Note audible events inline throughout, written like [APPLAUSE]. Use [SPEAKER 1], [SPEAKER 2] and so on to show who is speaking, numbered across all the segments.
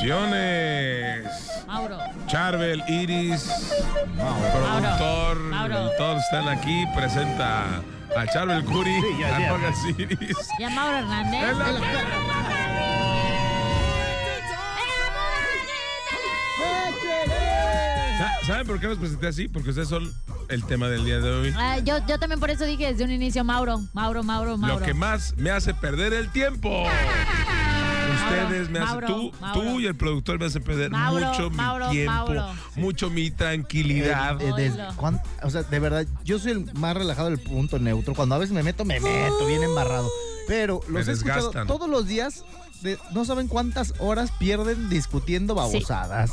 [SPEAKER 1] Producciones.
[SPEAKER 2] Mauro.
[SPEAKER 1] Charbel, Iris, productor,
[SPEAKER 2] Mauro.
[SPEAKER 1] y todos están aquí. Presenta a Charbel Curi, a Vargas Iris.
[SPEAKER 2] Y a Mauro Hernández.
[SPEAKER 1] Es la- Sa- ¿Saben por qué los presenté así? Porque ustedes son el tema del día de hoy.
[SPEAKER 2] Ah, yo, yo también por eso dije desde un inicio Mauro, Mauro, Mauro, Mauro.
[SPEAKER 1] Lo que más me hace perder el tiempo. Ustedes me hacen,
[SPEAKER 2] Mauro,
[SPEAKER 1] tú,
[SPEAKER 2] Mauro.
[SPEAKER 1] tú y el productor me hacen perder
[SPEAKER 2] Mauro,
[SPEAKER 1] mucho
[SPEAKER 2] Mauro,
[SPEAKER 1] mi tiempo,
[SPEAKER 2] Mauro.
[SPEAKER 1] mucho mi
[SPEAKER 3] Eh,
[SPEAKER 1] tranquilidad.
[SPEAKER 3] eh, del-
[SPEAKER 2] Oilo.
[SPEAKER 3] cuán- o sea, de verdad, yo soy el más relajado del punto neutro. Cuando a veces me meto, me meto bien embarrado. Pero los he escuchado
[SPEAKER 1] desgastan.
[SPEAKER 3] todos los días. de- no saben cuántas horas pierden discutiendo babosadas.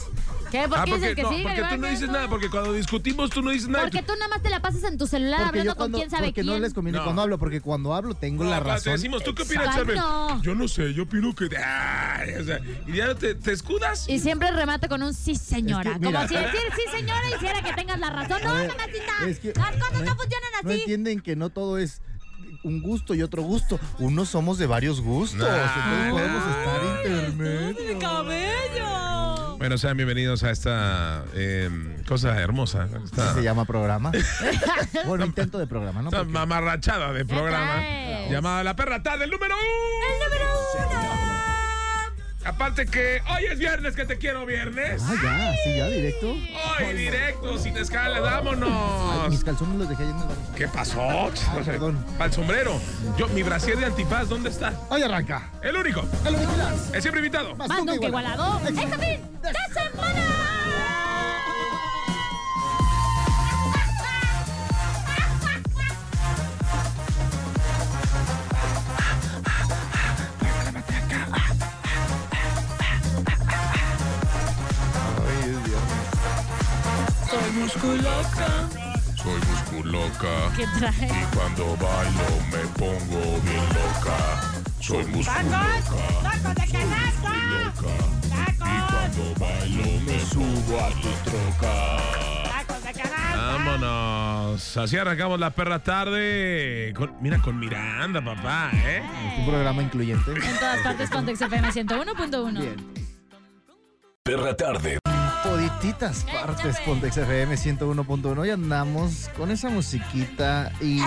[SPEAKER 2] ¿Qué? ¿Por
[SPEAKER 1] Ah,
[SPEAKER 2] qué dices que
[SPEAKER 1] no,
[SPEAKER 2] sí?
[SPEAKER 1] porque
[SPEAKER 2] Galván?
[SPEAKER 1] tú no dices nada, porque cuando discutimos tú no dices nada.
[SPEAKER 2] Porque tú nada más te la pasas en tu celular hablando con quién sabe
[SPEAKER 3] porque
[SPEAKER 2] quién.
[SPEAKER 3] no les conviene
[SPEAKER 1] No.
[SPEAKER 3] cuando hablo, porque cuando hablo tengo la
[SPEAKER 1] No, cuando Te
[SPEAKER 3] razón.
[SPEAKER 1] decimos, ¿tú qué opinas,
[SPEAKER 2] Exacto.
[SPEAKER 1] Charbel?
[SPEAKER 2] No.
[SPEAKER 1] Yo no sé, yo opino que. Ay, o sea, y ya te, te escudas.
[SPEAKER 2] Y siempre remata con un sí, señora.
[SPEAKER 3] Es que, mira.
[SPEAKER 2] Como si decir sí, señora hiciera que tengas la razón. No,
[SPEAKER 3] A ver,
[SPEAKER 1] "Ah,
[SPEAKER 2] mamacita.
[SPEAKER 3] es que
[SPEAKER 2] las cosas no,
[SPEAKER 3] en-
[SPEAKER 2] funcionan así.
[SPEAKER 3] No entienden que no todo es un gusto y otro gusto. Unos somos de varios gustos.
[SPEAKER 1] Nah.
[SPEAKER 3] entonces podemos estar intermedios.
[SPEAKER 2] cabello!
[SPEAKER 1] Bueno, sean bienvenidos a esta eh, cosa hermosa. Esta,
[SPEAKER 3] Así se llama
[SPEAKER 1] [LAUGHS]
[SPEAKER 3] programa. bueno, intento de programa, ¿no?
[SPEAKER 1] esta
[SPEAKER 3] Porque-
[SPEAKER 1] mamarrachada de programa.
[SPEAKER 2] traes?
[SPEAKER 1] Llamada La Perra Tarde, el número uno.
[SPEAKER 2] ¡El número uno!
[SPEAKER 1] Aparte que hoy es viernes, que te quiero viernes.
[SPEAKER 3] Ah, ya, sí, ya, directo.
[SPEAKER 1] Hoy directo, sin escala,
[SPEAKER 3] Ay, mis
[SPEAKER 1] vámonos.
[SPEAKER 3] calzones los dejé ahí en el baño.
[SPEAKER 1] ¿Qué pasó?
[SPEAKER 3] perdón.
[SPEAKER 1] Al sombrero. Yo, mi brasier de antipaz, ¿dónde está?
[SPEAKER 3] Hoy arranca.
[SPEAKER 1] El único,
[SPEAKER 3] A lo vigilas.
[SPEAKER 1] el siempre invitado.
[SPEAKER 3] Más
[SPEAKER 2] Más
[SPEAKER 3] nunca
[SPEAKER 2] nunca igualado. ¡Es
[SPEAKER 3] Éxito.
[SPEAKER 2] fin de semana!
[SPEAKER 1] Soy musculoca.
[SPEAKER 2] ¿Qué trae?
[SPEAKER 1] Cuando bailo me pongo bien loca. Soy musculoca. Cuando bailo me subo a tu troca. Vámonos. Así arrancamos la perra tarde. Con- mira, con Miranda, papá, ¿eh?
[SPEAKER 3] Un programa incluyente.
[SPEAKER 2] En todas partes con XFM 101.1.
[SPEAKER 3] Bien.
[SPEAKER 4] Perra Tarde.
[SPEAKER 3] Todititas partes Pontex FM 101.1. Hoy andamos con esa musiquita y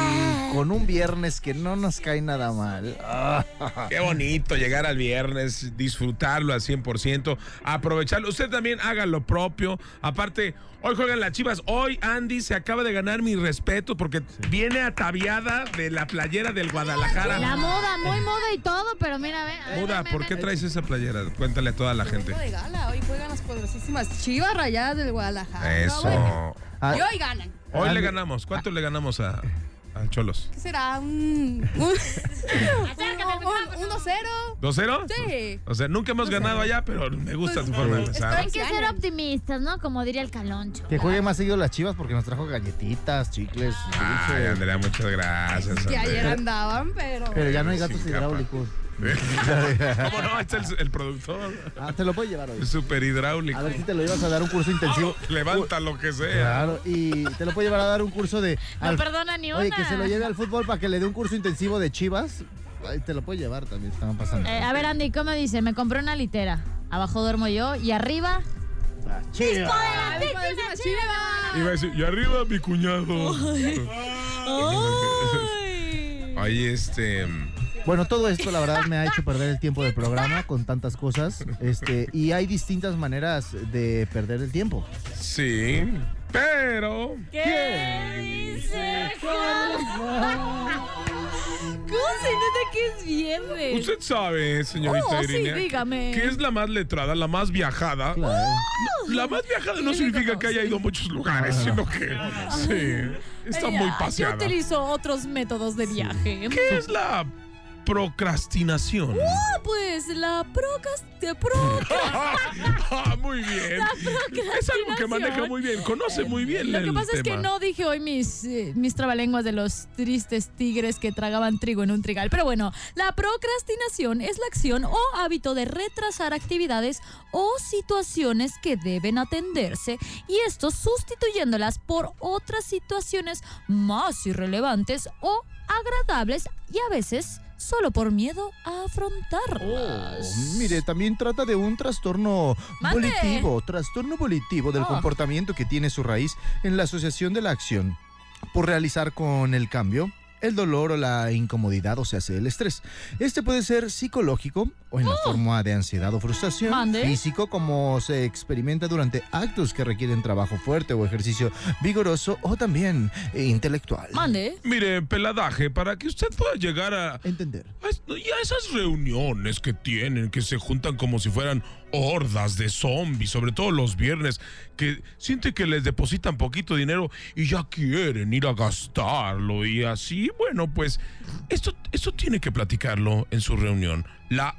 [SPEAKER 3] con un viernes que no nos cae nada mal. Ah,
[SPEAKER 1] Qué bonito llegar al viernes, disfrutarlo al 100%, aprovecharlo. Usted también haga lo propio. Aparte, hoy juegan las chivas. Hoy Andy se acaba de ganar mi respeto porque viene ataviada de la playera del Guadalajara.
[SPEAKER 2] La moda, muy moda y todo, pero mira, ve.
[SPEAKER 1] Muda, ¿por qué traes esa playera? Cuéntale a toda la gente.
[SPEAKER 5] de gala. Hoy juegan las poderosísimas Chivas Rayadas del Guadalajara. Acabo
[SPEAKER 1] Eso.
[SPEAKER 3] ah,
[SPEAKER 5] de- Y hoy ganan.
[SPEAKER 1] Hoy le ganamos. ¿Cuánto le ganamos a, a Cholos?
[SPEAKER 5] ¿Qué será? Un.
[SPEAKER 1] [LAUGHS]
[SPEAKER 5] un-
[SPEAKER 2] al
[SPEAKER 5] un- un 1-0.
[SPEAKER 1] ¿2-0?
[SPEAKER 5] Sí.
[SPEAKER 1] O sea, nunca hemos ganado allá, pero me
[SPEAKER 2] Pues
[SPEAKER 1] gusta tu forma de pensar.
[SPEAKER 2] Hay que ser optimistas, ¿no? Como diría el caloncho.
[SPEAKER 3] que juegue más seguido las chivas porque nos trajo galletitas, chicles.
[SPEAKER 1] Ay,
[SPEAKER 3] dulce.
[SPEAKER 1] Andrea, muchas gracias.
[SPEAKER 5] Que ayer
[SPEAKER 1] Andrea.
[SPEAKER 5] andaban, pero.
[SPEAKER 3] Pero ya no hay gatos
[SPEAKER 1] Sin capa.
[SPEAKER 3] hidráulicos.
[SPEAKER 1] [LAUGHS] ¿Cómo no? Ahí Está el, el productor.
[SPEAKER 3] Ah, te lo puedo llevar hoy.
[SPEAKER 1] Es Súper hidráulico.
[SPEAKER 3] A ver si te lo llevas a dar un curso intensivo.
[SPEAKER 1] Levanta lo que sea.
[SPEAKER 3] Claro, y te lo puedo llevar a dar un curso de.
[SPEAKER 2] No
[SPEAKER 3] al-
[SPEAKER 2] perdona ni
[SPEAKER 3] Oye,
[SPEAKER 2] una.
[SPEAKER 3] que se lo lleve al fútbol para que le dé un curso intensivo de chivas. Ay, te lo puedo llevar también, estaban pasando.
[SPEAKER 2] Eh, a ver, Andy, ¿cómo dice? Me compré una litera. Abajo duermo yo y arriba.
[SPEAKER 3] Ah, chivas.
[SPEAKER 5] ¡Ah, mis poderosísimas Chivas!
[SPEAKER 1] Iba a decir, y arriba mi cuñado. Oye, este.
[SPEAKER 3] Bueno, todo esto la verdad me ha hecho perder el tiempo del programa con tantas cosas. Este, y hay distintas maneras de perder el tiempo.
[SPEAKER 1] Sí, pero.
[SPEAKER 2] ¿Qué dice [LAUGHS] ¿Cómo se nota que es viernes?
[SPEAKER 1] Usted sabe, señorita
[SPEAKER 2] Oh, sí,
[SPEAKER 1] Irinea,
[SPEAKER 2] dígame.
[SPEAKER 1] que es la más letrada, la más viajada.
[SPEAKER 3] Claro.
[SPEAKER 1] La más viajada no significa que haya ido a muchos lugares, sino que sí, está muy paseada.
[SPEAKER 2] utilizo otros métodos de viaje.
[SPEAKER 1] ¿Qué es la procrastinación?
[SPEAKER 5] Ah, pues la procas de procas.
[SPEAKER 1] [LAUGHS] Ah, muy bien. Es algo que maneja muy bien, conoce muy bien.
[SPEAKER 6] Lo que
[SPEAKER 1] el
[SPEAKER 6] pasa es que
[SPEAKER 1] tema.
[SPEAKER 6] no dije hoy mis, eh, mis trabalenguas de los tristes tigres que tragaban trigo en un trigal. Pero bueno, la procrastinación es la acción o hábito de retrasar actividades o situaciones que deben atenderse y esto sustituyéndolas por otras situaciones más irrelevantes o agradables y a veces solo por miedo a afrontarlas.
[SPEAKER 1] Oh,
[SPEAKER 3] Mire, también trata de un trastorno
[SPEAKER 6] Mande.
[SPEAKER 3] volitivo, trastorno volitivo del
[SPEAKER 6] Oh.
[SPEAKER 3] comportamiento que tiene su raíz en la asociación de la acción por realizar con el cambio el dolor o la incomodidad, o sea, el estrés. Este puede ser psicológico o en la forma de ansiedad o frustración,
[SPEAKER 6] Oh. Mande.
[SPEAKER 3] físico como se experimenta durante actos que requieren trabajo fuerte o ejercicio vigoroso o también eh, intelectual.
[SPEAKER 6] Mande.
[SPEAKER 1] Mire, peladaje, para que usted pueda llegar a,
[SPEAKER 3] Entender.
[SPEAKER 1] a es- Pues, y a esas reuniones que tienen, que se juntan como si fueran hordas de zombies, sobre todo los viernes, que siente que les depositan poquito dinero y ya quieren ir a gastarlo y así. Bueno, pues esto, esto tiene que platicarlo en su reunión. La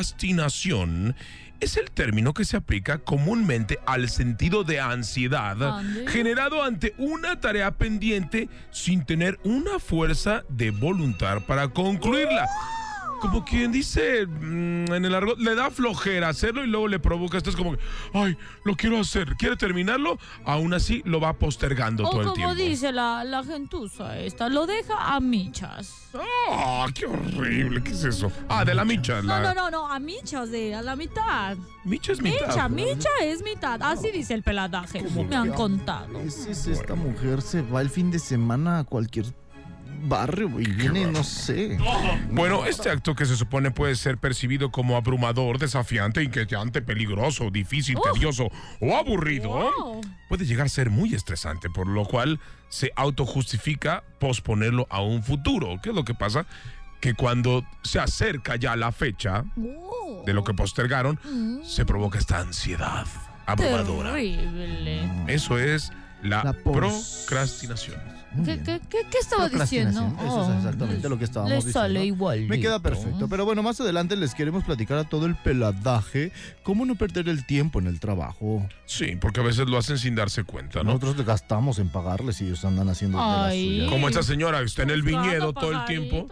[SPEAKER 1] procrastinación es el término que se aplica comúnmente al sentido de ansiedad
[SPEAKER 6] Ande.
[SPEAKER 1] generado ante una tarea pendiente sin tener una fuerza de voluntad para concluirla. Como quien dice mm, en el argot, le da flojera hacerlo y luego le provoca. Esto es como, que, ay, lo quiero hacer, quiere terminarlo, aún así lo va postergando
[SPEAKER 6] O
[SPEAKER 1] todo el
[SPEAKER 6] como
[SPEAKER 1] tiempo.
[SPEAKER 6] dice la, la gentuza esta, lo deja a michas.
[SPEAKER 1] ¡Ah, qué horrible! ¿Qué es eso? Ah, de la micha.
[SPEAKER 6] No,
[SPEAKER 1] la-
[SPEAKER 6] no, no, no, a michas de a la mitad.
[SPEAKER 1] Micha es mitad.
[SPEAKER 6] Micha, micha es mitad. Así dice el peladaje. Me han contado.
[SPEAKER 3] veces esta mujer se va el fin de semana a cualquier barrio y viene, no sé.
[SPEAKER 1] Bueno, este acto que se supone puede ser percibido como abrumador, desafiante, inquietante, peligroso, difícil, tedioso o aburrido,
[SPEAKER 6] Wow.
[SPEAKER 1] puede llegar a ser muy estresante, por lo cual se autojustifica posponerlo a un futuro. ¿Qué es lo que pasa? Que cuando se acerca ya la fecha
[SPEAKER 6] Oh,
[SPEAKER 1] de lo que postergaron,
[SPEAKER 6] Mm.
[SPEAKER 1] se provoca esta ansiedad abrumadora.
[SPEAKER 6] Terrible.
[SPEAKER 1] Eso es la,
[SPEAKER 3] La pos-
[SPEAKER 1] procrastinación.
[SPEAKER 3] Muy
[SPEAKER 6] ¿Qué,
[SPEAKER 3] bien.
[SPEAKER 6] qué, qué, qué estaba diciendo?
[SPEAKER 3] Procrastinación, Eso
[SPEAKER 6] Oh,
[SPEAKER 3] es exactamente lo que estábamos
[SPEAKER 6] Le
[SPEAKER 3] diciendo.
[SPEAKER 6] sale igual.
[SPEAKER 3] Me queda perfecto. Pero bueno, más adelante les queremos platicar a todo el peladaje cómo no perder el tiempo en el trabajo.
[SPEAKER 1] Sí, porque a veces lo hacen sin darse cuenta, ¿no?
[SPEAKER 3] Nosotros gastamos en pagarles y ellos andan haciendo de las
[SPEAKER 6] Ay.
[SPEAKER 3] suyas.
[SPEAKER 1] Como esta señora que está en el viñedo todo el tiempo.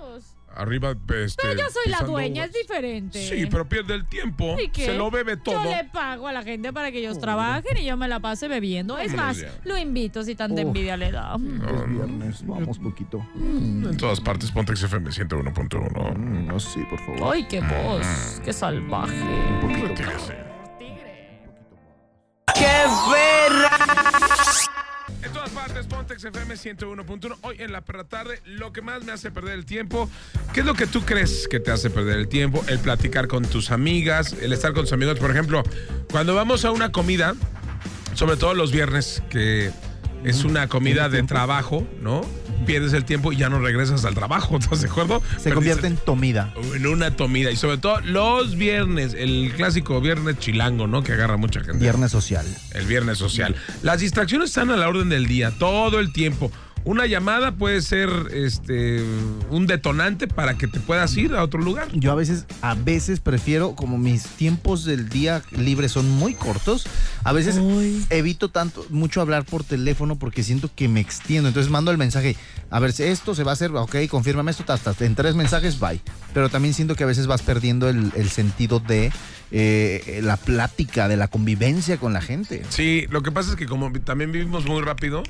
[SPEAKER 1] Arriba, este.
[SPEAKER 6] Pero Pues yo soy la
[SPEAKER 1] pisando
[SPEAKER 6] dueña, es
[SPEAKER 1] uvas.
[SPEAKER 6] diferente.
[SPEAKER 1] Sí, pero pierde el tiempo.
[SPEAKER 6] ¿Y qué?
[SPEAKER 1] Se lo bebe todo.
[SPEAKER 6] Yo le pago a la gente para que ellos trabajen y yo me la pase bebiendo. Es
[SPEAKER 1] Hombre,
[SPEAKER 6] más,
[SPEAKER 1] ya.
[SPEAKER 6] lo invito si tanta
[SPEAKER 3] Oh.
[SPEAKER 6] envidia le da.
[SPEAKER 3] Es viernes, vamos poquito.
[SPEAKER 1] En todas partes, Pontex FM 101.1.
[SPEAKER 3] Mm, No sé, por favor.
[SPEAKER 6] Ay, qué voz, qué salvaje.
[SPEAKER 1] Retírese. En todas partes, Pontex FM 101.1. Hoy en la perra tarde, lo que más me hace perder el tiempo, ¿qué es lo que tú crees que te hace perder el tiempo? El platicar con tus amigas, el estar con tus amigos. Por ejemplo, cuando vamos a una comida, sobre todo los viernes, que es una comida de trabajo, ¿no? Pierdes el tiempo y ya no regresas al trabajo, [LAUGHS] ¿estás de acuerdo?
[SPEAKER 3] Se
[SPEAKER 1] Perdiste-
[SPEAKER 3] convierte en tomida.
[SPEAKER 1] En una comida. Y sobre todo los viernes, el clásico viernes chilango, ¿no? Que agarra mucha gente.
[SPEAKER 3] Viernes social.
[SPEAKER 1] El viernes social. Las distracciones están a la orden del día, todo el tiempo. Una llamada puede ser este un detonante para que te puedas ir a otro lugar.
[SPEAKER 3] Yo a veces, a veces prefiero, como mis tiempos del día libre son muy cortos, a veces evito tanto, mucho hablar por teléfono porque siento que me extiendo. Entonces mando el mensaje, a ver si esto se va a hacer, ok, confírmame esto, tas, tas, en tres mensajes, bye. Pero también siento que a veces vas perdiendo el, el sentido de eh, la plática, de la convivencia con la gente.
[SPEAKER 1] Sí, lo que pasa es que como vi- también vivimos muy rápido,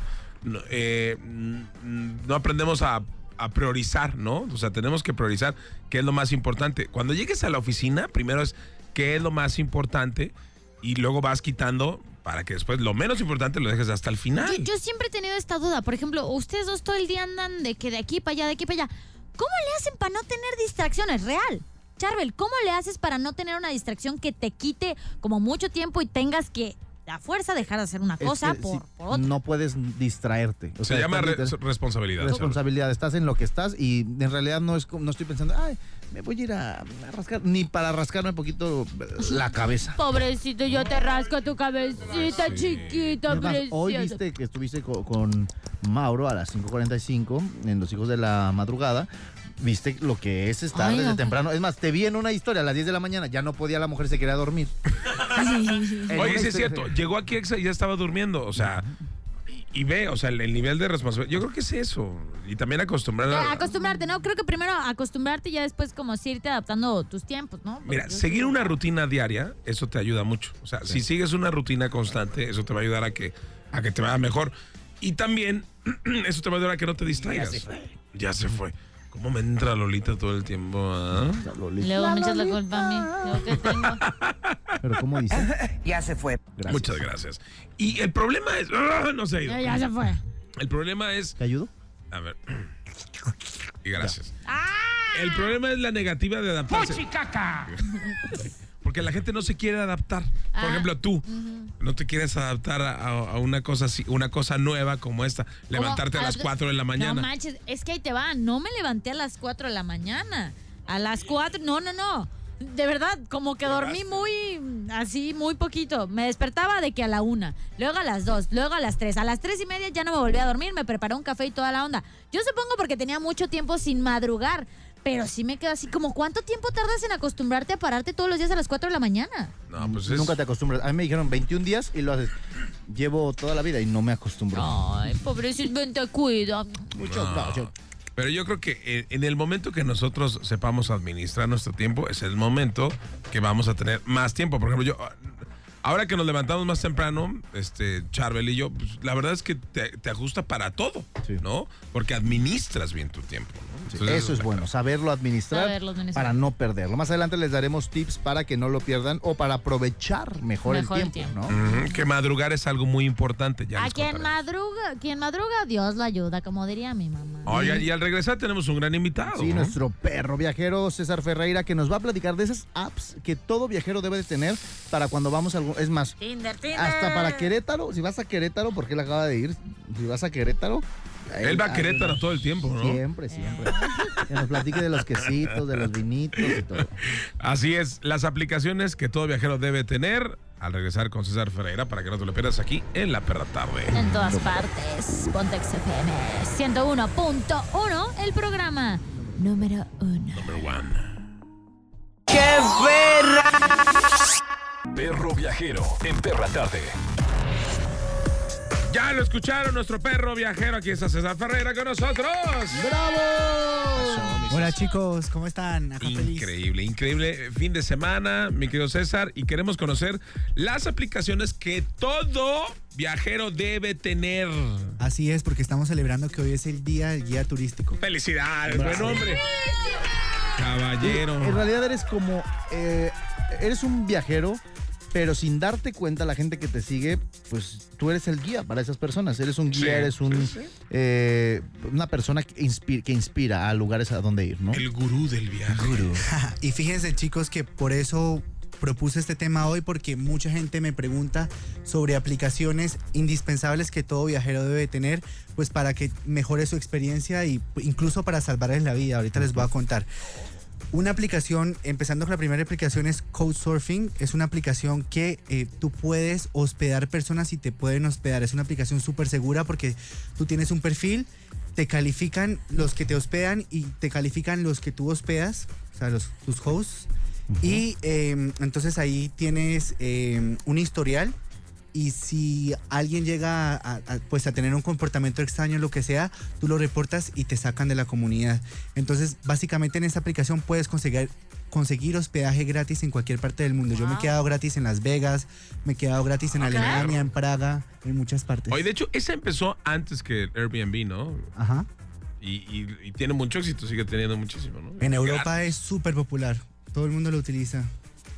[SPEAKER 1] no, eh, mm, mm, no aprendemos a, a priorizar, ¿no? O sea, tenemos que priorizar qué es lo más importante. Cuando llegues a la oficina, primero es qué es lo más importante y luego vas quitando para que después lo menos importante lo dejes hasta el final.
[SPEAKER 2] Yo, yo siempre he tenido esta duda. Por ejemplo, ustedes dos todo el día andan de que de aquí para allá, de aquí para allá. ¿Cómo le hacen para no tener distracciones? Real. Charbel, ¿cómo le haces para no tener una distracción que te quite como mucho tiempo y tengas que a fuerza dejar de hacer una
[SPEAKER 3] Es
[SPEAKER 2] cosa
[SPEAKER 3] que
[SPEAKER 2] por,
[SPEAKER 3] Este, si
[SPEAKER 2] por otra.
[SPEAKER 3] No puedes distraerte. O
[SPEAKER 1] Se
[SPEAKER 3] sea,
[SPEAKER 1] llama
[SPEAKER 3] estás
[SPEAKER 1] re-
[SPEAKER 3] literal-
[SPEAKER 1] responsabilidad.
[SPEAKER 3] responsabilidad. Estás en lo que estás y en realidad no es como- no estoy pensando, ay, me voy a ir a, a rascar, ni para rascarme un poquito eh, la cabeza.
[SPEAKER 2] Mm. Pobrecito, yo te rasco tu cabecita chiquita,
[SPEAKER 3] Es más, hoy
[SPEAKER 2] preciosa.
[SPEAKER 3] viste que estuviste co- con, Mauro a las 5.45 en Los Hijos de la Madrugada. Viste lo que es estar
[SPEAKER 2] Ay,
[SPEAKER 3] desde
[SPEAKER 2] no.
[SPEAKER 3] temprano. Es más, te vi en una historia a las 10 de la mañana. Ya no podía la mujer, se quería dormir.
[SPEAKER 1] Oye,
[SPEAKER 3] En una
[SPEAKER 1] sí
[SPEAKER 3] historia-
[SPEAKER 1] es cierto. Llegó aquí Exa y ya estaba durmiendo. O sea, y, y ve, o sea, el, el nivel de responsabilidad. Yo creo que es eso. Y también acostumbrar
[SPEAKER 2] [LAUGHS] Eh,
[SPEAKER 1] a.
[SPEAKER 2] Acostumbrarte, ¿no? Creo que primero acostumbrarte y ya después como si irte adaptando tus tiempos, ¿no? Porque
[SPEAKER 1] Mira,
[SPEAKER 2] yo-
[SPEAKER 1] seguir una rutina diaria, eso te ayuda mucho. O sea, si sigues una rutina constante, eso te va a ayudar a que, a que te vaya mejor. Y también, [CLEARS THROAT] eso te va a ayudar a que no te distraigas. Ya se fue. ¿Cómo me entra Lolita todo el tiempo? ah?
[SPEAKER 2] Luego me echas la culpa a mí. Yo que [LAUGHS] tengo.
[SPEAKER 3] Pero ¿cómo dice?
[SPEAKER 7] [LAUGHS] Ya se fue.
[SPEAKER 1] Muchas gracias. Y el problema es... ¡Ah! No se ha ido.
[SPEAKER 2] Ya, ya se fue.
[SPEAKER 1] El problema es...
[SPEAKER 3] ¿Te ayudo?
[SPEAKER 1] A ver. [CLEARS THROAT] Y gracias. El problema es la negativa de adaptarse. [LAUGHS] Porque la gente no se quiere adaptar. Por
[SPEAKER 2] Ah,
[SPEAKER 1] ejemplo, tú no te quieres adaptar a, a- a una cosa así, una cosa nueva como esta, levantarte a
[SPEAKER 2] Como
[SPEAKER 1] las 4 de la mañana.
[SPEAKER 2] Ah, No manches, es que ahí te va. No me levanté a las 4 de la mañana. A las 4, no, no, no. De verdad, como que dormí muy así, muy poquito. Me despertaba de que a la una, luego a las dos, luego a las tres. A las tres y media ya no me volví a dormir, me preparó un café y toda la onda. Yo supongo porque tenía mucho tiempo sin madrugar, pero sí me quedo así como, ¿cuánto tiempo tardas en acostumbrarte a pararte todos los días a las 4 de la mañana?
[SPEAKER 1] No, pues es-
[SPEAKER 3] Nunca te acostumbras. A mí me dijeron 21 días y lo haces. Llevo toda la vida y no me acostumbro.
[SPEAKER 2] Ay, pobrecito, vente, cuida.
[SPEAKER 3] Mucho, no, yo-
[SPEAKER 1] Pero yo creo que eh, en el momento que nosotros sepamos administrar nuestro tiempo, es el momento que vamos a tener más tiempo. Por ejemplo, yo. ah, Ahora que nos levantamos más temprano, este, Charbel y yo, pues, la verdad es que te, te ajusta para todo,
[SPEAKER 3] Sí.
[SPEAKER 1] ¿no? Porque administras bien tu tiempo, ¿no?
[SPEAKER 3] Sí,
[SPEAKER 1] Entonces,
[SPEAKER 3] eso es
[SPEAKER 1] la-
[SPEAKER 3] bueno, saberlo administrar,
[SPEAKER 2] Saberlo administrar.
[SPEAKER 3] para no perderlo. Más adelante les daremos tips para que no lo pierdan o para aprovechar mejor,
[SPEAKER 2] Mejor el
[SPEAKER 3] el tiempo,
[SPEAKER 2] tiempo.
[SPEAKER 3] ¿no?
[SPEAKER 1] Ujú, que madrugar es algo muy importante. Ya
[SPEAKER 2] A
[SPEAKER 1] les
[SPEAKER 2] quien
[SPEAKER 1] contaré.
[SPEAKER 2] madruga, quien madruga, Dios la ayuda, como diría mi mamá.
[SPEAKER 1] Oye, y al regresar tenemos un gran invitado.
[SPEAKER 3] Sí,
[SPEAKER 1] ¿no?
[SPEAKER 3] nuestro perro viajero César Ferreira que nos va a platicar de esas apps que todo viajero debe de tener para cuando vamos a algún... Es más,
[SPEAKER 2] Tinder, Tinder.
[SPEAKER 3] hasta para Querétaro, si vas a Querétaro, porque él acaba de ir, si vas a Querétaro...
[SPEAKER 1] Él va a
[SPEAKER 3] ahí-
[SPEAKER 1] Querétaro todo el tiempo, ¿no?
[SPEAKER 3] Siempre, siempre. Que nos platique de los quesitos, de los vinitos y todo.
[SPEAKER 1] Así es, las aplicaciones que todo viajero debe tener al regresar con César Ferreira para que no te lo pierdas aquí en La Perra Tarde.
[SPEAKER 2] En todas partes, Pontex FM 101.1, el programa número uno.
[SPEAKER 1] Number one.
[SPEAKER 4] Perro viajero en Perra Tarde.
[SPEAKER 1] Ya lo escucharon, nuestro perro viajero. Aquí está César Ferreira con nosotros. ¡Bravo!
[SPEAKER 8] Hola chicos, ¿cómo están? Acá feliz.
[SPEAKER 1] Increíble, increíble fin de semana, mi querido César, y queremos conocer las aplicaciones que todo viajero debe tener.
[SPEAKER 8] Así es, porque estamos celebrando que hoy es el día del guía turístico.
[SPEAKER 1] Felicidades, buen hombre. Caballero.
[SPEAKER 3] En realidad eres como. eh, eres un viajero, pero sin darte cuenta, la gente que te sigue, pues tú eres el guía para esas personas. Eres un guía,
[SPEAKER 1] Sí,
[SPEAKER 3] eres un,
[SPEAKER 1] sí, sí.
[SPEAKER 3] eh, una persona que inspira, que inspira a lugares a donde ir, ¿no?
[SPEAKER 1] El gurú del viaje.
[SPEAKER 8] Y fíjense chicos que por eso propuse este tema hoy porque mucha gente me pregunta sobre aplicaciones indispensables que todo viajero debe tener pues para que mejore su experiencia y p- incluso para salvarles la vida. Ahorita les voy a contar. Una aplicación, empezando con la primera aplicación es Couchsurfing. Es una aplicación que eh, tú puedes hospedar personas y te pueden hospedar. Es una aplicación súper segura porque tú tienes un perfil, te califican los que te hospedan y te califican los que tú hospedas, o sea, los, tus hosts. Y eh, entonces ahí tienes eh, un historial y si alguien llega a, a, pues a tener un comportamiento extraño, lo que sea, tú lo reportas y te sacan de la comunidad. Entonces, básicamente en esta aplicación puedes conseguir conseguir hospedaje gratis en cualquier parte del mundo. Yo me he
[SPEAKER 2] Wow.
[SPEAKER 8] quedado gratis en Las Vegas, me he quedado gratis en Alemania, en Praga, en muchas partes.
[SPEAKER 1] Oye, de hecho, esa empezó antes que el Airbnb, ¿no?
[SPEAKER 8] Ajá.
[SPEAKER 1] Y, y- y tiene mucho éxito, sigue teniendo muchísimo, ¿no?
[SPEAKER 8] En Europa es súper popular. Todo el mundo lo utiliza.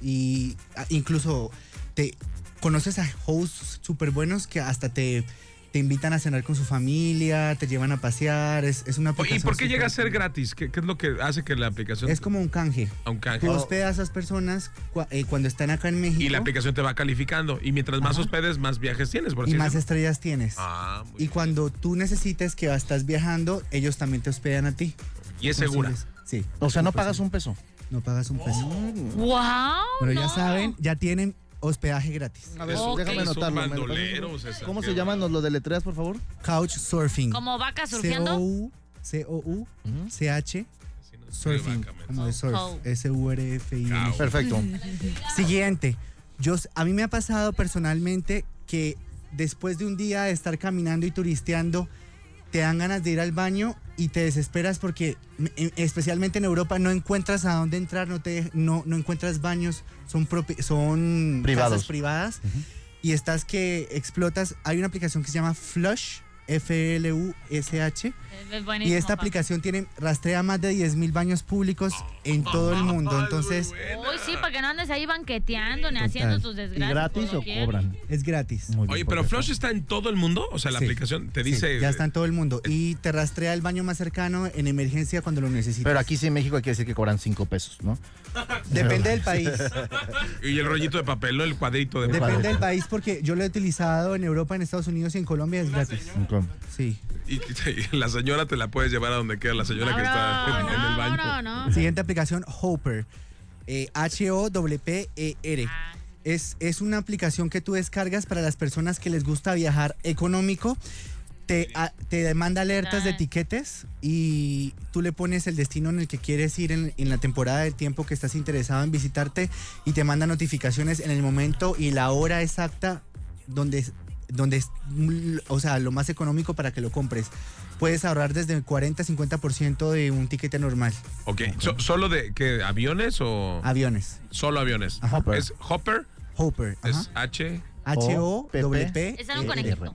[SPEAKER 8] Y ah, incluso te conoces a hosts súper buenos que hasta te te invitan a cenar con su familia, te llevan a pasear, es, es una
[SPEAKER 1] Oye,
[SPEAKER 8] aplicación.
[SPEAKER 1] ¿Y por qué
[SPEAKER 8] súper-
[SPEAKER 1] llega a ser gratis? ¿Qué, qué es lo que hace que la aplicación...
[SPEAKER 8] Es como un canje.
[SPEAKER 1] a un canje.
[SPEAKER 8] Tú hospedas a esas personas cua- eh, cuando están acá en México
[SPEAKER 1] Oh. Y la aplicación te va calificando. Y mientras más hospedes, más viajes tienes, por
[SPEAKER 8] y
[SPEAKER 1] así
[SPEAKER 8] más
[SPEAKER 1] decirlo.
[SPEAKER 8] estrellas tienes.
[SPEAKER 1] Ah, muy
[SPEAKER 8] Y
[SPEAKER 1] bien.
[SPEAKER 8] cuando tú necesites que estás viajando, ellos también te hospedan a ti.
[SPEAKER 1] Y es segura. Oh.
[SPEAKER 8] Entonces, Sí.
[SPEAKER 3] O sea, no
[SPEAKER 8] Pues
[SPEAKER 3] pagas
[SPEAKER 8] sí,
[SPEAKER 3] un peso.
[SPEAKER 8] No pagas un peso.
[SPEAKER 2] ¡Wow!
[SPEAKER 8] Pero
[SPEAKER 2] no.
[SPEAKER 8] ya saben, ya tienen hospedaje gratis.
[SPEAKER 3] A
[SPEAKER 1] ver,
[SPEAKER 3] ver,
[SPEAKER 1] Eso-
[SPEAKER 3] déjame
[SPEAKER 1] déjame eso anotarlo,
[SPEAKER 3] anotarlo.
[SPEAKER 1] me lo- bandolero, César,
[SPEAKER 3] ¿Cómo
[SPEAKER 1] qué
[SPEAKER 3] se llaman los, los deletreas, por favor?
[SPEAKER 8] Couchsurfing.
[SPEAKER 2] Como vaca surfeando.
[SPEAKER 8] C-O-U, C-O-U, C-H,
[SPEAKER 1] Así no-
[SPEAKER 8] surfing.
[SPEAKER 1] Banca, men.
[SPEAKER 8] Como de surf.
[SPEAKER 2] Cow.
[SPEAKER 8] S-U-R-F-I-N.
[SPEAKER 1] Cow.
[SPEAKER 3] Perfecto.
[SPEAKER 8] Siguiente. Yo, a mí me ha pasado personalmente que después de un día de estar caminando y turisteando, te dan ganas de ir al baño y te desesperas porque m- en- especialmente en Europa no encuentras a dónde entrar, no, te, no, no encuentras baños, son, propi- son
[SPEAKER 3] Privados.
[SPEAKER 8] casas privadas y estás que explotas. Hay una aplicación que se llama Flush, F-L-U-S-H,
[SPEAKER 2] Es buenísimo,
[SPEAKER 8] y esta
[SPEAKER 2] papá.
[SPEAKER 8] aplicación tiene, rastrea más de 10.000 baños públicos en todo el mundo.
[SPEAKER 1] Ay,
[SPEAKER 8] Entonces...
[SPEAKER 1] güey, buena.
[SPEAKER 2] Uy, sí, para que no andes ahí banqueteando ni
[SPEAKER 8] Total.
[SPEAKER 2] haciendo tus
[SPEAKER 3] ¿Y
[SPEAKER 2] desgracias.
[SPEAKER 3] gratis
[SPEAKER 2] por
[SPEAKER 3] o
[SPEAKER 2] doquier.
[SPEAKER 3] cobran?
[SPEAKER 8] Es gratis.
[SPEAKER 3] Muy bien,
[SPEAKER 1] Oye, pero
[SPEAKER 3] perfecto.
[SPEAKER 1] Flush está en todo el mundo. O sea, la
[SPEAKER 8] Sí.
[SPEAKER 1] aplicación te
[SPEAKER 8] Sí,
[SPEAKER 1] dice.
[SPEAKER 8] ya está en todo el mundo. Y te rastrea el baño más cercano en emergencia cuando lo necesites.
[SPEAKER 3] Pero aquí sí en México hay que decir que cobran cinco pesos, ¿no?
[SPEAKER 8] Depende del país.
[SPEAKER 1] Y el rollito de papel, ¿no? el cuadrito de papel.
[SPEAKER 8] Depende del país porque yo lo he utilizado en Europa, en Estados Unidos y en Colombia es gratis. Sí.
[SPEAKER 1] Y, y la señora te la puedes llevar a donde quiera, la señora que está en,
[SPEAKER 2] Vámonos,
[SPEAKER 1] en el baño.
[SPEAKER 2] vámonos, ¿no?
[SPEAKER 8] Siguiente aplicación, Hopper. Eh, H-O-W-P-E-R.
[SPEAKER 2] Ah,
[SPEAKER 8] Es, es una aplicación que tú descargas para las personas que les gusta viajar económico. Te, a- te manda alertas de
[SPEAKER 2] Ah.
[SPEAKER 8] tiquetes y tú le pones el destino en el que quieres ir en, en la temporada del tiempo que estás interesado en visitarte y te manda notificaciones en el momento y la hora exacta donde, es- donde es, mm, o sea, lo más económico para que lo compres. Puedes ahorrar desde el 40-50% de un tiquete normal.
[SPEAKER 1] Ok, so- ¿solo de qué? ¿Aviones o.?
[SPEAKER 8] Aviones.
[SPEAKER 1] Solo aviones.
[SPEAKER 8] Ah. Ajá.
[SPEAKER 3] Hopper.
[SPEAKER 1] Es Hopper,
[SPEAKER 8] Hopper. ajá.
[SPEAKER 1] es H.
[SPEAKER 8] H-O-P-P.
[SPEAKER 2] es algo con
[SPEAKER 3] Eh,
[SPEAKER 2] equipo.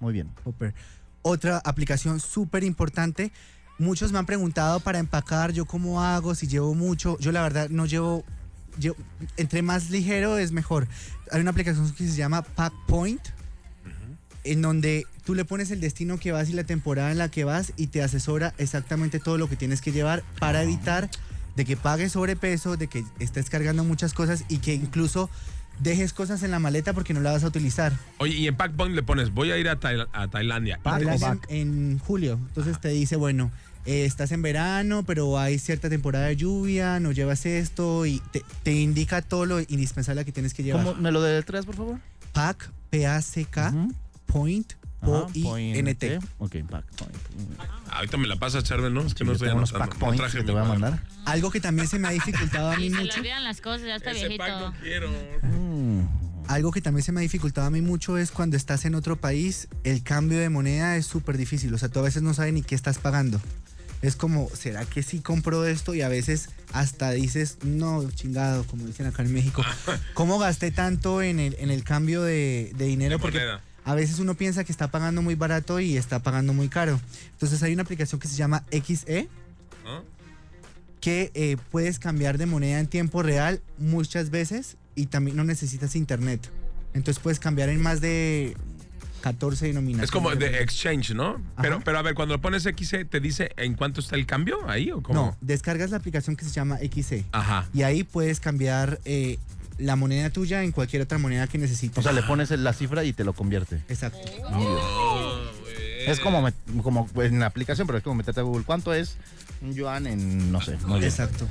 [SPEAKER 3] Muy bien.
[SPEAKER 8] Hopper. Otra aplicación súper importante. Muchos me han preguntado para empacar, yo cómo hago, si llevo mucho. Yo la verdad no llevo, llevo- entre más ligero es mejor. Hay una aplicación que se llama Pack Point, en donde tú le pones el destino que vas y la temporada en la que vas y te asesora exactamente todo lo que tienes que llevar para evitar de que pagues sobrepeso, de que estés cargando muchas cosas y que incluso dejes cosas en la maleta porque no la vas a utilizar.
[SPEAKER 1] Oye, y en Packpoint le pones, voy a ir a, Tail- a Tailandia.
[SPEAKER 8] Tailandia
[SPEAKER 3] Back.
[SPEAKER 8] en, en julio. Entonces te dice, bueno, eh, estás en verano, pero hay cierta temporada de lluvia, no llevas esto y te, te indica todo lo indispensable que tienes que llevar.
[SPEAKER 3] ¿Cómo me lo deletreas, por favor?
[SPEAKER 8] PAC, P-A-C-K,
[SPEAKER 3] Ujú. Ah,
[SPEAKER 8] Point,
[SPEAKER 3] Ajá,
[SPEAKER 8] O-I-N-T.
[SPEAKER 3] Ok, pack point.
[SPEAKER 1] Ahorita me la pasa Charvel, ¿no? Es que
[SPEAKER 3] Yo
[SPEAKER 1] no estoy
[SPEAKER 3] tengo unos
[SPEAKER 1] anotando.
[SPEAKER 3] pack
[SPEAKER 1] No
[SPEAKER 3] points
[SPEAKER 1] traje
[SPEAKER 3] que
[SPEAKER 1] mi
[SPEAKER 3] te voy a
[SPEAKER 1] cuaderno.
[SPEAKER 3] mandar.
[SPEAKER 8] Algo que también se me ha dificultado
[SPEAKER 2] [LAUGHS]
[SPEAKER 8] a mí
[SPEAKER 2] Y se le
[SPEAKER 8] mucho.
[SPEAKER 2] olvidan las cosas, ya está
[SPEAKER 1] Ese pack
[SPEAKER 2] viejito.
[SPEAKER 1] no quiero.
[SPEAKER 3] Mm.
[SPEAKER 8] Algo que también se me ha dificultado a mí mucho es cuando estás en otro país, el cambio de moneda es súper difícil. O sea, tú a veces no sabes ni qué estás pagando. Es como, ¿será que sí compro esto? Y a veces hasta dices, no, chingado, como dicen acá en México. ¿Cómo gasté tanto en el, en el cambio de, de dinero?
[SPEAKER 1] De
[SPEAKER 8] Porque
[SPEAKER 1] moneda.
[SPEAKER 8] a veces uno piensa que está pagando muy barato y está pagando muy caro. Entonces hay una aplicación que se llama XE,
[SPEAKER 1] ¿no?
[SPEAKER 8] que eh, puedes cambiar de moneda en tiempo real muchas veces y también no necesitas internet. Entonces puedes cambiar en más de 14 denominaciones.
[SPEAKER 1] Es como de E,
[SPEAKER 8] diferentes.
[SPEAKER 1] exchange, ¿no? Pero, pero a ver, cuando lo pones XC, ¿te dice en cuánto está el cambio ahí o cómo?
[SPEAKER 8] No, descargas la aplicación que se llama XE
[SPEAKER 1] Ajá.
[SPEAKER 8] y ahí puedes cambiar eh, la moneda tuya en cualquier otra moneda que necesites.
[SPEAKER 3] O sea, le pones la cifra y te lo convierte.
[SPEAKER 8] Exacto.
[SPEAKER 1] Oh,
[SPEAKER 3] Es como, met- como en la aplicación, pero es como meterte a Google. ¿Cuánto es un yuan en, no sé, muy bien.
[SPEAKER 8] Exacto.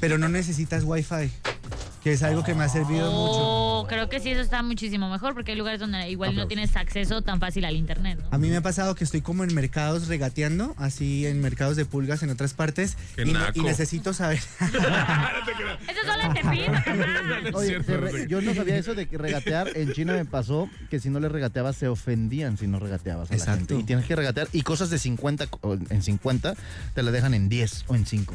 [SPEAKER 8] Pero no necesitas Wi-Fi, que es algo que me ha servido mucho. Ah,
[SPEAKER 2] Oh, creo que sí, eso está muchísimo mejor porque hay lugares donde igual no
[SPEAKER 3] Aplausos.
[SPEAKER 2] tienes acceso tan fácil al internet. ¿no?
[SPEAKER 8] A mí me ha pasado que estoy como en mercados regateando, así en mercados de pulgas en otras partes,
[SPEAKER 1] Qué
[SPEAKER 8] y ne- y
[SPEAKER 1] naco.
[SPEAKER 8] necesito [LAUGHS] saber Ah.
[SPEAKER 2] Eso solo en
[SPEAKER 8] [LAUGHS]
[SPEAKER 2] Tepito,
[SPEAKER 1] [LAUGHS]
[SPEAKER 2] carnal.
[SPEAKER 3] Oye,
[SPEAKER 1] Cierto,
[SPEAKER 3] te re-
[SPEAKER 1] Rodrigo.
[SPEAKER 3] yo no sabía eso de que regatear. En China me pasó que si no le regateabas se ofendían si no regateabas a la gente.
[SPEAKER 8] Exacto.
[SPEAKER 3] Y tienes que regatear. Y cosas de 50 o en 50 te la dejan en 10 o en 5.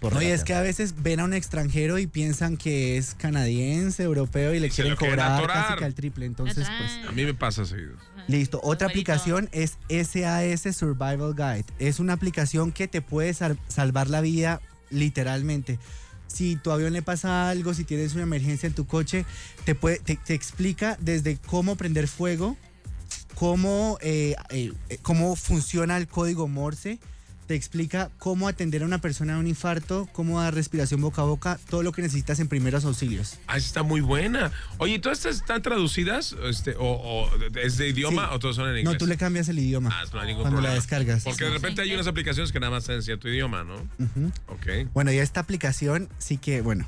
[SPEAKER 3] por
[SPEAKER 8] No, y
[SPEAKER 3] regatear.
[SPEAKER 8] es que a veces ven a un extranjero y piensan que es canadiense, europeo y le
[SPEAKER 1] Y se
[SPEAKER 8] quieren
[SPEAKER 1] lo quieren
[SPEAKER 8] cobrar
[SPEAKER 1] atorar.
[SPEAKER 8] casi que al triple. Entonces, pues.
[SPEAKER 2] Atrás.
[SPEAKER 1] A mí me pasa seguido.
[SPEAKER 8] Listo. Otra
[SPEAKER 2] Abuelito.
[SPEAKER 8] aplicación es SAS Survival Guide. Es una aplicación que te puede sal- salvar la vida literalmente. Si tu avión le pasa algo, si tienes una emergencia en tu coche, te, puede, te, te explica desde cómo prender fuego cómo, eh, eh, cómo funciona el código Morse. Te explica cómo atender a una persona de un infarto, cómo dar respiración boca a boca, todo lo que necesitas en primeros auxilios.
[SPEAKER 1] Ah, está muy buena. Oye, ¿todas estas están traducidas? Este, o, o es de idioma
[SPEAKER 8] Sí.
[SPEAKER 1] o todas son en inglés?
[SPEAKER 8] No, tú le cambias el idioma
[SPEAKER 1] Ah, no hay ningún
[SPEAKER 8] cuando la
[SPEAKER 1] problema.
[SPEAKER 8] descargas.
[SPEAKER 1] Porque de repente hay unas aplicaciones que nada más están en cierto idioma, ¿no?
[SPEAKER 8] Ujú.
[SPEAKER 1] Ok.
[SPEAKER 8] Bueno, y esta aplicación sí que, bueno,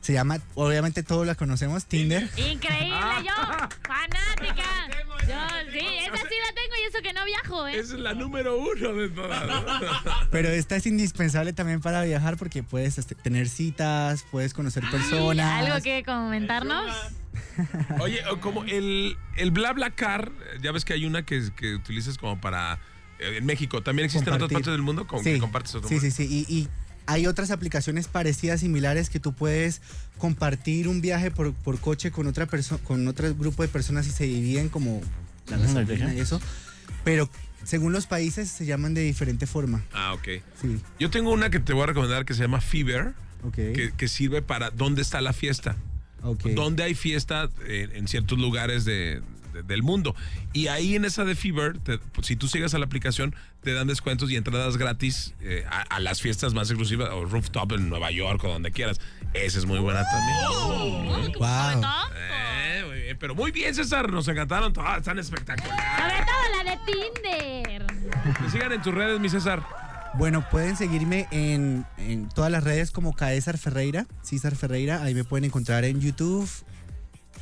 [SPEAKER 8] se llama, obviamente todos la conocemos, Tinder.
[SPEAKER 2] Increíble,
[SPEAKER 8] [LAUGHS]
[SPEAKER 2] yo, fanática. Yo, sí, esa sí la tengo y eso que no viajo, ¿eh?
[SPEAKER 1] Esa es la número uno de todas. ¿no?
[SPEAKER 8] Pero esta es indispensable también para viajar porque puedes este, tener citas, puedes conocer personas.
[SPEAKER 2] ¿Algo que comentarnos?
[SPEAKER 1] Oye, o como el, el BlaBlaCar, ya ves que hay una que, que utilizas como para... eh, En México, ¿también existen en otras
[SPEAKER 8] Compartir.
[SPEAKER 1] partes del mundo con que compartes otro
[SPEAKER 8] Sí, sí, sí. Y, y hay otras aplicaciones parecidas, similares, que tú puedes compartir un viaje por, por coche con otra persona, con otro grupo de personas y se dividen como la gasolina y eso. Pero según los países se llaman de diferente forma.
[SPEAKER 1] Ah, ok.
[SPEAKER 8] Sí,
[SPEAKER 1] Yo tengo una que te voy a recomendar que se llama Fever,
[SPEAKER 8] ok.
[SPEAKER 1] que, que sirve para dónde está la fiesta.
[SPEAKER 8] ok.
[SPEAKER 1] Dónde hay fiesta eh, en ciertos lugares de- de- del mundo. Y ahí en esa de Fever, te- si tú sigues a la aplicación, te dan descuentos y entradas gratis eh, a, a las fiestas más exclusivas, o rooftop en Nueva York o donde quieras. Esa es muy buena también.
[SPEAKER 8] Wow.
[SPEAKER 1] Eh, muy bien, pero muy bien, César. Nos encantaron todas. Están espectaculares.
[SPEAKER 2] Sobre todo la de Tinder.
[SPEAKER 1] Me sigan en tus redes, mi César.
[SPEAKER 8] Bueno, pueden seguirme en, en todas las redes como Caesar Ferreira, César Ferreira. Ahí me pueden encontrar en YouTube,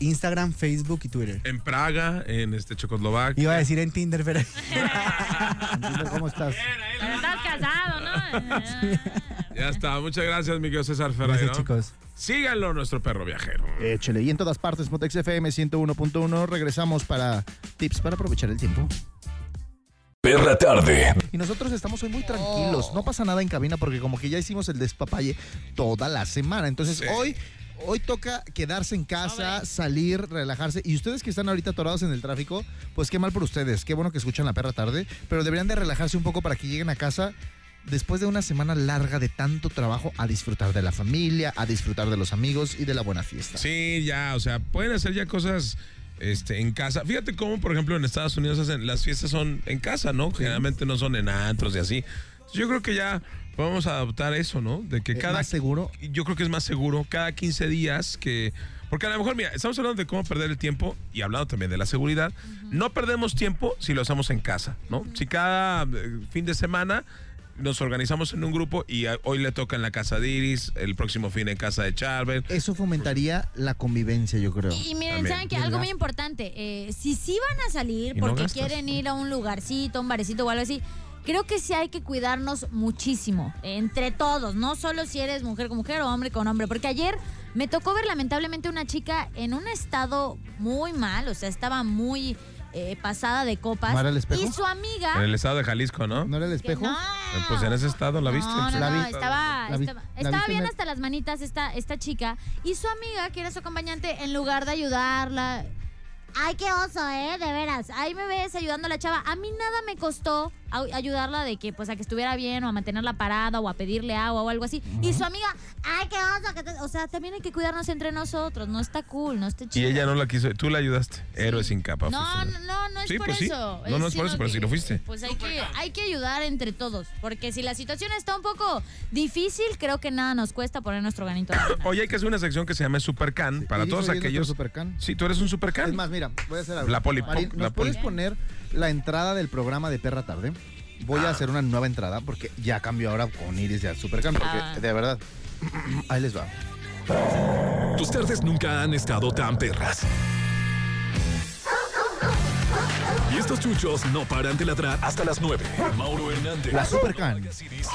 [SPEAKER 8] Instagram, Facebook y Twitter.
[SPEAKER 1] En Praga, en este Checoslovaquia.
[SPEAKER 8] Iba a decir en Tinder, pero
[SPEAKER 3] Dime ¿Cómo estás?
[SPEAKER 2] Pero estás casado,
[SPEAKER 8] [LAUGHS]
[SPEAKER 2] ¿no?
[SPEAKER 1] Ya está. Muchas gracias, mi querido César
[SPEAKER 8] [LAUGHS]
[SPEAKER 1] Ferreira.
[SPEAKER 8] gracias chicos.
[SPEAKER 1] Síganlo, nuestro perro viajero.
[SPEAKER 3] Échele. Y en todas partes, Motex FM 101.1. Regresamos para tips para aprovechar el tiempo.
[SPEAKER 4] Perra tarde.
[SPEAKER 3] Y nosotros estamos hoy muy tranquilos. No pasa nada en cabina porque como que ya hicimos el despapalle toda la semana. Entonces hoy... Hoy toca quedarse en casa, salir, relajarse. Y ustedes que están ahorita atorados en el tráfico, pues qué mal por ustedes. Qué bueno que escuchan la perra tarde. Pero deberían de relajarse un poco para que lleguen a casa después de una semana larga de tanto trabajo a disfrutar de la familia, a disfrutar de los amigos y de la buena fiesta.
[SPEAKER 1] Sí, ya, o sea, pueden hacer ya cosas este, en casa. Fíjate cómo, por ejemplo, en Estados Unidos hacen, las fiestas son en casa, ¿no? Generalmente no son en antros y así. Yo creo que ya vamos a adoptar eso, ¿no? De que
[SPEAKER 3] Eh,
[SPEAKER 1] cada...
[SPEAKER 3] más seguro.
[SPEAKER 1] Yo creo que es más seguro cada 15 días que... Porque a lo mejor, mira, estamos hablando de cómo perder el tiempo y hablando también de la seguridad. No perdemos tiempo si lo hacemos en casa, ¿no? Si cada eh, fin de semana nos organizamos en un grupo y ah, hoy le toca en la casa de Iris, el próximo fin en casa de Charvel.
[SPEAKER 3] Eso fomentaría la convivencia, yo creo.
[SPEAKER 2] Y, y miren,
[SPEAKER 1] También.
[SPEAKER 2] saben que algo muy importante, eh, si sí van a salir
[SPEAKER 1] Y no
[SPEAKER 2] porque
[SPEAKER 1] gastas.
[SPEAKER 2] quieren ir a un lugarcito, un barecito o algo así, creo que sí hay que cuidarnos muchísimo, entre todos, no solo si eres mujer con mujer o hombre con hombre, porque ayer me tocó ver lamentablemente una chica en un estado muy mal, o sea, estaba muy eh, pasada de copas.
[SPEAKER 3] ¿Mara el espejo?
[SPEAKER 2] Y su
[SPEAKER 1] En
[SPEAKER 2] amiga...
[SPEAKER 1] el estado de Jalisco, ¿no?
[SPEAKER 3] ¿No era el
[SPEAKER 2] que
[SPEAKER 3] espejo?
[SPEAKER 2] ¿Ah? no.
[SPEAKER 1] Eh, Pues en ese estado la viste.
[SPEAKER 2] No, no,
[SPEAKER 3] La
[SPEAKER 2] no,
[SPEAKER 3] vi.
[SPEAKER 2] estaba,
[SPEAKER 3] La vi.
[SPEAKER 2] estaba,
[SPEAKER 3] La
[SPEAKER 2] estaba
[SPEAKER 3] vi
[SPEAKER 2] bien
[SPEAKER 3] tener-
[SPEAKER 2] hasta las manitas esta, esta chica y su amiga, que era su acompañante, en lugar de ayudarla. Ay, qué oso, ¿eh? De veras. Ahí me ves ayudando a la chava. A mí nada me costó au- ayudarla de que, pues, a que estuviera bien o a mantenerla parada o a pedirle agua o algo así. Y su amiga, ay, qué oso. que te-". O sea, también hay que cuidarnos entre nosotros. No está cool, no está
[SPEAKER 1] Y
[SPEAKER 2] chido.
[SPEAKER 1] ella no la quiso. Tú la ayudaste. Héroe sin capa.
[SPEAKER 2] No,
[SPEAKER 1] fuiste.
[SPEAKER 2] no, no, no es
[SPEAKER 1] Sí,
[SPEAKER 2] por
[SPEAKER 1] pues sí.
[SPEAKER 2] eso.
[SPEAKER 1] No, no es por eso,
[SPEAKER 2] sino
[SPEAKER 1] pero
[SPEAKER 2] que,
[SPEAKER 1] sí lo fuiste.
[SPEAKER 2] Pues hay que, hay que ayudar entre todos, porque si la situación está un poco difícil, creo que nada nos cuesta poner nuestro granito de arena.
[SPEAKER 1] Oye, hay que hacer una sección que se llama Supercan. para
[SPEAKER 3] Iris,
[SPEAKER 1] todos
[SPEAKER 3] oye, nuestro
[SPEAKER 1] aquellos.
[SPEAKER 3] Supercan.
[SPEAKER 1] Sí, tú eres un Supercan.
[SPEAKER 3] Es más, mira, voy a hacer algo.
[SPEAKER 1] La poli-
[SPEAKER 3] Marín,
[SPEAKER 1] po-
[SPEAKER 3] ¿nos
[SPEAKER 1] la poli-
[SPEAKER 3] puedes poner la entrada del programa de Perra Tarde? Voy
[SPEAKER 1] Ah.
[SPEAKER 3] a hacer una nueva entrada porque ya cambió ahora con Iris de Supercan. Porque,
[SPEAKER 2] Ah.
[SPEAKER 3] de verdad, [CLEARS THROAT] ahí les va.
[SPEAKER 4] Tus tardes nunca han estado tan perras. Y estos chuchos no paran de ladrar hasta las 9. Mauro Hernández.
[SPEAKER 3] La Supercan.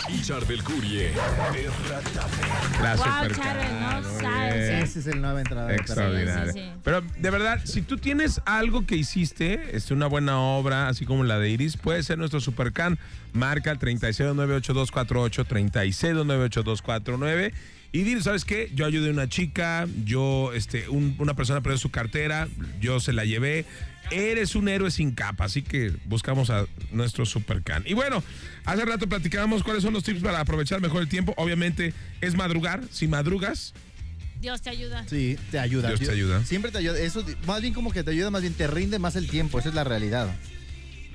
[SPEAKER 4] Y Charbel Curie. Perra tarde.
[SPEAKER 1] La
[SPEAKER 2] Wow,
[SPEAKER 1] Supercan,
[SPEAKER 2] Charo, no
[SPEAKER 1] muy
[SPEAKER 2] sabes,
[SPEAKER 1] bien.
[SPEAKER 2] ¿eh?
[SPEAKER 3] Esa es la nueva entrada de Perra Tarde.
[SPEAKER 1] Extraordinario.
[SPEAKER 2] Sí, sí, sí.
[SPEAKER 1] Pero de verdad, si tú tienes algo que hiciste, es una buena obra, así como la de Iris, puede ser nuestro Supercan. Marca el 3698248, 3698249. Y dile, ¿sabes qué? Yo ayudé a una chica, yo, este, un- una persona perdió su cartera, yo se la llevé. Eres un héroe sin capa, así que buscamos a nuestro Supercan. Y bueno, hace rato platicábamos cuáles son los tips para aprovechar mejor el tiempo. Obviamente es madrugar. Si madrugas,
[SPEAKER 2] [COUGHS] Dios te ayuda.
[SPEAKER 3] Sí, te ayuda.
[SPEAKER 1] Dios te ayuda.
[SPEAKER 3] Siempre te ayuda. Eso, más bien como que te ayuda, más bien te rinde más el tiempo. Esa es la realidad.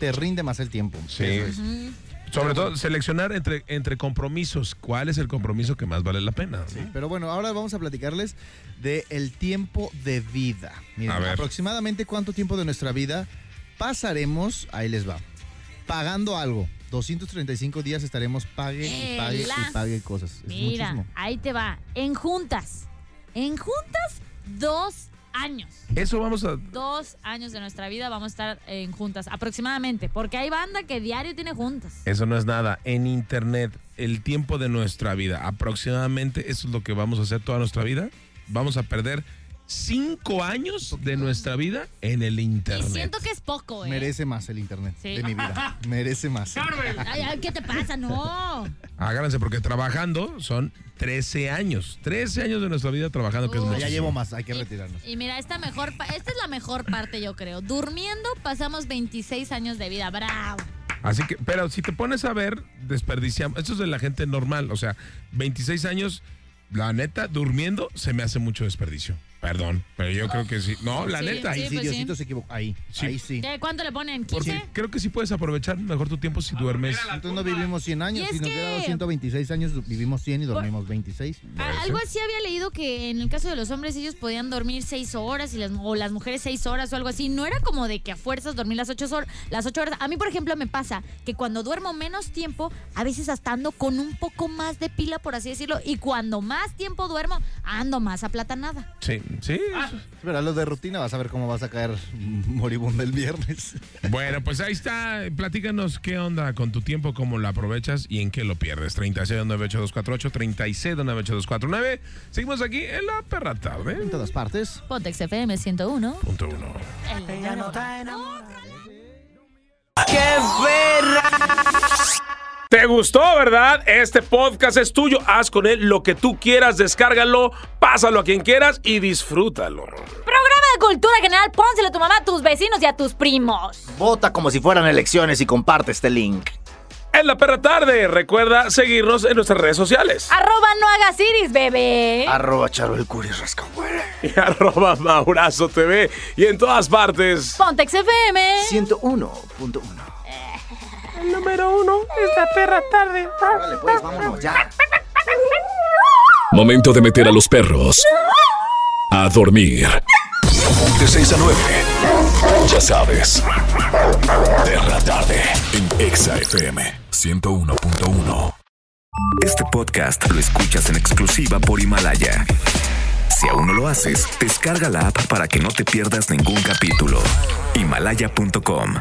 [SPEAKER 3] Te rinde más el tiempo.
[SPEAKER 1] Sí.
[SPEAKER 3] Eso es.
[SPEAKER 1] Sobre todo, seleccionar entre, entre compromisos. ¿Cuál es el compromiso que más vale la pena?
[SPEAKER 3] Sí, Pero bueno, ahora vamos a platicarles de el tiempo de vida. Miren,
[SPEAKER 1] A ver.
[SPEAKER 3] aproximadamente cuánto tiempo de nuestra vida pasaremos, ahí les va, pagando algo. 235 días estaremos pague y pague
[SPEAKER 2] ¡Ela!
[SPEAKER 3] y pague cosas. Es
[SPEAKER 2] Mira,
[SPEAKER 3] muchísimo.
[SPEAKER 2] ahí te va. En juntas. En juntas, dos años.
[SPEAKER 1] Eso vamos a...
[SPEAKER 2] Dos años de nuestra vida vamos a estar en juntas, aproximadamente. Porque hay banda que diario tiene juntas.
[SPEAKER 1] Eso no es nada. En internet, el tiempo de nuestra vida, aproximadamente eso es lo que vamos a hacer toda nuestra vida. Vamos a perder cinco años de nuestra vida en el
[SPEAKER 2] Y
[SPEAKER 1] internet.
[SPEAKER 2] siento que es poco, ¿eh?
[SPEAKER 3] Merece más el internet
[SPEAKER 2] Sí.
[SPEAKER 3] de
[SPEAKER 2] [LAUGHS]
[SPEAKER 3] mi vida. Merece más.
[SPEAKER 2] Ay, ay, ¿Qué te pasa? No.
[SPEAKER 1] Agárrense porque trabajando son 13 años. 13 años de nuestra vida trabajando, que es
[SPEAKER 2] Oh.
[SPEAKER 3] Ya
[SPEAKER 1] muchísimo.
[SPEAKER 3] llevo más, hay que
[SPEAKER 2] Y-
[SPEAKER 3] retirarnos.
[SPEAKER 2] Y, mira, esta, mejor, pa- esta es la mejor parte, yo creo. Durmiendo pasamos 26 años de vida. ¡Bravo!
[SPEAKER 1] Así que, pero si te pones a ver, desperdiciamos. Esto es de la gente normal, o sea, 26 años, la neta, durmiendo se me hace mucho desperdicio. Perdón, pero yo creo que sí. No, la
[SPEAKER 2] Sí,
[SPEAKER 1] neta.
[SPEAKER 3] Ahí sí,
[SPEAKER 2] pues sí.
[SPEAKER 3] Diosito se equivocó. Ahí,
[SPEAKER 1] Sí.
[SPEAKER 3] ahí sí.
[SPEAKER 2] ¿Qué, ¿Cuánto le ponen?
[SPEAKER 1] Porque
[SPEAKER 2] ¿15?
[SPEAKER 1] creo que sí puedes aprovechar mejor tu tiempo si duermes.
[SPEAKER 3] Entonces no vivimos 100
[SPEAKER 2] Y
[SPEAKER 3] años,
[SPEAKER 2] es
[SPEAKER 3] si nos
[SPEAKER 2] que-
[SPEAKER 3] hubiera dado 126 años, vivimos 100 y dormimos 26.
[SPEAKER 2] A- Ah, Algo así había leído que en el caso de los hombres ellos podían dormir seis horas y las, o las mujeres seis horas o algo así. No era como de que a fuerzas dormir las ocho, hor- las ocho horas. A mí, por ejemplo, me pasa que cuando duermo menos tiempo, a veces hasta ando con un poco más de pila, por así decirlo. Y cuando más tiempo duermo, ando más aplatanada.
[SPEAKER 1] Sí, sí. eso.
[SPEAKER 3] Pero a lo de rutina vas a ver cómo vas a caer mm, moribundo el viernes.
[SPEAKER 1] Bueno, pues ahí está. Platícanos qué onda con tu tiempo, cómo lo aprovechas y en qué lo pierdes. 3698-248, 3698-249. Seguimos aquí en la perra
[SPEAKER 3] En
[SPEAKER 1] tarde.
[SPEAKER 3] todas partes.
[SPEAKER 2] Pontex FM 101.
[SPEAKER 1] Punto uno.
[SPEAKER 7] ¿Te gustó, verdad? Este podcast es tuyo. Haz con él lo que tú quieras. Descárgalo, pásalo a quien quieras y disfrútalo.
[SPEAKER 2] Programa de cultura general, pónselo a tu mamá, a tus vecinos y a tus primos.
[SPEAKER 9] Vota como si fueran elecciones y comparte este link.
[SPEAKER 7] En la perra tarde, recuerda seguirnos en nuestras redes
[SPEAKER 2] [LAUGHS]
[SPEAKER 7] sociales.
[SPEAKER 2] Arroba no hagas iris, bebé.
[SPEAKER 9] Arroba Charo el Curis Rascahuele.
[SPEAKER 7] Y arroba Maurazo TV y en todas partes.
[SPEAKER 2] Pontex FM.
[SPEAKER 9] 101.1.
[SPEAKER 7] El número uno es la perra tarde.
[SPEAKER 9] Vale, pues vámonos ya.
[SPEAKER 4] Momento de meter a los perros a dormir. De 6 a 9. Ya sabes. Perra tarde en Exa FM 101.1.
[SPEAKER 10] Este podcast lo escuchas en exclusiva por Himalaya. Si aún no lo haces, descarga la app para que no te pierdas ningún capítulo. Himalaya.com